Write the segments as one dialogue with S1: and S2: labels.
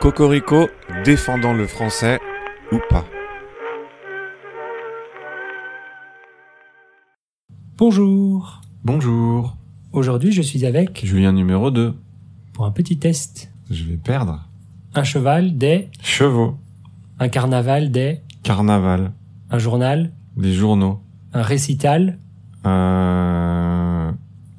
S1: Cocorico défendant le français ou pas.
S2: Bonjour
S1: Bonjour,
S2: Aujourd'hui je suis avec,
S1: Julien numéro 2.
S2: pour un petit test,
S1: Je vais perdre.
S2: un cheval des,
S1: Chevaux,
S2: un carnaval des,
S1: carnaval,
S2: un journal,
S1: les journaux.
S2: un récital,
S1: Euh,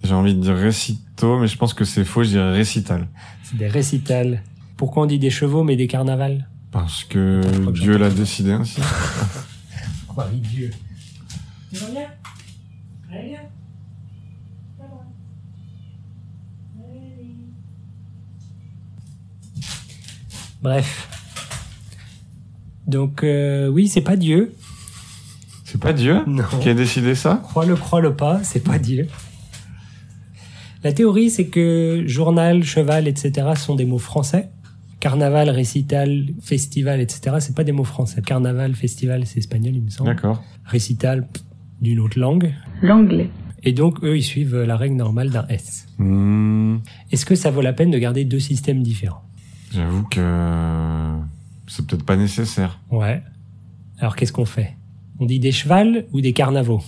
S1: J'ai envie de dire récito, mais je pense que c'est faux, je dirais récital.
S2: c'est des récitals. Pourquoi on dit des chevaux mais des carnavals
S1: Parce que
S2: crois que
S1: Dieu l'a décidé ainsi.
S2: Marie Oh, Dieu Tu vas bien Allez, viens. Bref. Donc euh, oui, c'est pas Dieu.
S1: C'est pas Dieu
S2: Non.
S1: qui a décidé ça
S2: Crois-le, crois-le pas, c'est pas Dieu. La théorie, c'est que journal, cheval, etc. sont des mots français. Carnaval, récital, festival, etc. C'est pas des mots français. Carnaval, festival, c'est espagnol, il me semble.
S1: D'accord.
S2: Récital, pff, d'une autre langue.
S3: l'anglais.
S2: Et donc, eux, ils suivent la règle normale d'un S.
S1: Hmm,
S2: Est-ce que ça vaut la peine de garder deux systèmes différents
S1: J'avoue que c'est peut-être pas nécessaire.
S2: Ouais. Alors, qu'est-ce qu'on fait On dit des chevals ou des carnavaux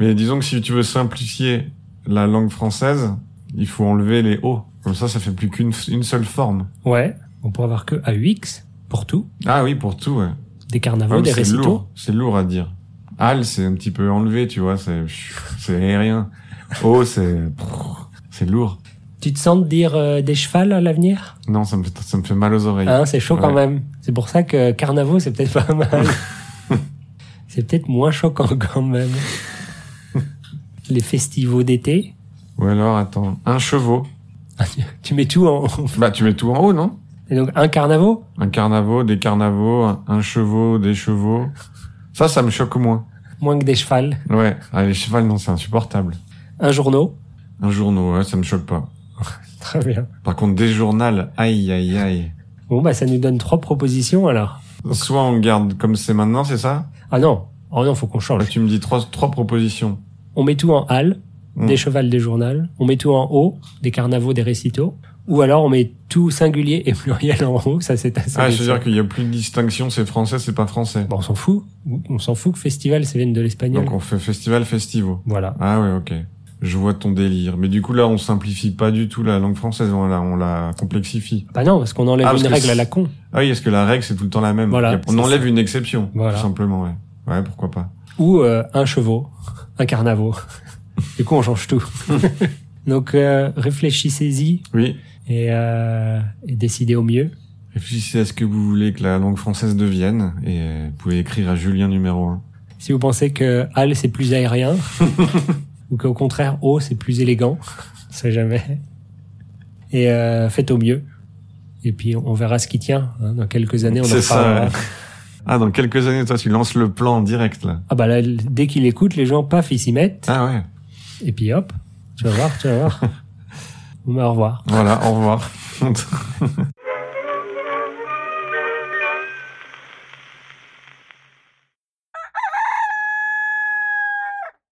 S1: Mais disons que si tu veux simplifier la langue française, il faut enlever les O. Comme ça, ça fait plus qu'une une seule forme.
S2: Ouais. On pourrait avoir que AUX pour tout.
S1: Ah oui, pour tout, ouais.
S2: Des carnavaux,
S1: Ah oui,
S2: des
S1: c'est
S2: récitaux.
S1: lourd. C'est lourd à dire. Al, c'est un petit peu enlevé, tu vois, c'est c'est aérien. O, c'est c'est lourd.
S2: Tu te sens de dire euh, des chevals à l'avenir
S1: Non, ça me fait, ça me fait mal aux oreilles.
S2: hein, C'est chaud quand
S1: Ouais.
S2: même. C'est pour ça que Carnavaux, c'est peut-être pas mal. c'est peut-être moins choquant quand même. Les festivals d'été.
S1: Ou alors, attends, un chevaux.
S2: Tu mets tout en...
S1: Bah, tu mets tout en haut, non
S2: Et donc un carnaval
S1: Un carnavaux, des carnavaux, un, un chevaux, des chevaux. Ça, ça me choque moins.
S2: moins que des chevals.
S1: Ouais, ah, les chevaux, non, c'est insupportable.
S2: Un journaux.
S1: Un journaux, ouais, ça me choque pas.
S2: Très bien.
S1: Par contre, des journaux, aïe, aïe, aïe.
S2: Bon, bah ça nous donne trois propositions alors.
S1: Soit on garde comme c'est maintenant, c'est ça
S2: Ah non, oh non, faut qu'on
S1: Là,
S2: change.
S1: tu me dis trois, trois propositions.
S2: On met tout en hall,
S1: Hmm.
S2: des chevals, des journal. On met tout en haut, des carnavaux, des récitaux. Ou alors on met tout singulier et pluriel en haut. Ça, c'est assez...
S1: Ah, je veux
S2: récent.
S1: dire qu'il n'y a plus de distinction, c'est français, c'est pas français.
S2: Bon, on s'en fout. On s'en fout que festival, ça vienne de l'espagnol.
S1: Donc on fait festival, festivo.
S2: Voilà.
S1: Ah ouais, ok. Je vois ton délire. Mais du coup, là, on simplifie pas du tout la langue française, on la, on la complexifie.
S2: Bah non, parce qu'on enlève
S1: Ah, parce
S2: une
S1: que
S2: règle
S1: c'est-
S2: à la con.
S1: Ah oui, est-ce que la règle, c'est tout le temps la même
S2: Voilà,
S1: Il y a- On
S2: c'est
S1: enlève une exception,
S2: Voilà.
S1: tout simplement, ouais. Ouais, pourquoi pas.
S2: Ou euh, un chevaux, un carnavaux. du coup, on change tout. Donc, euh, réfléchissez-y
S1: Oui.
S2: et, euh, et décidez au mieux.
S1: Réfléchissez à ce que vous voulez que la langue française devienne, et euh, vous pouvez écrire à Julien numéro 1.
S2: Si vous pensez que Hal, c'est plus aérien, ou qu'au contraire, O, c'est plus élégant, on sait jamais. Et euh, faites au mieux. Et puis, on verra ce qui tient. hein. Dans quelques années, on en
S1: C'est ça.
S2: reparlera.
S1: ouais. Ah, dans quelques années, toi, tu lances le plan en direct, là.
S2: Ah bah là, dès qu'il écoute, les gens, paf, ils s'y mettent.
S1: Ah ouais.
S2: Et puis hop, tu vas voir, tu vas voir. On va bah, au revoir.
S1: Voilà, au revoir.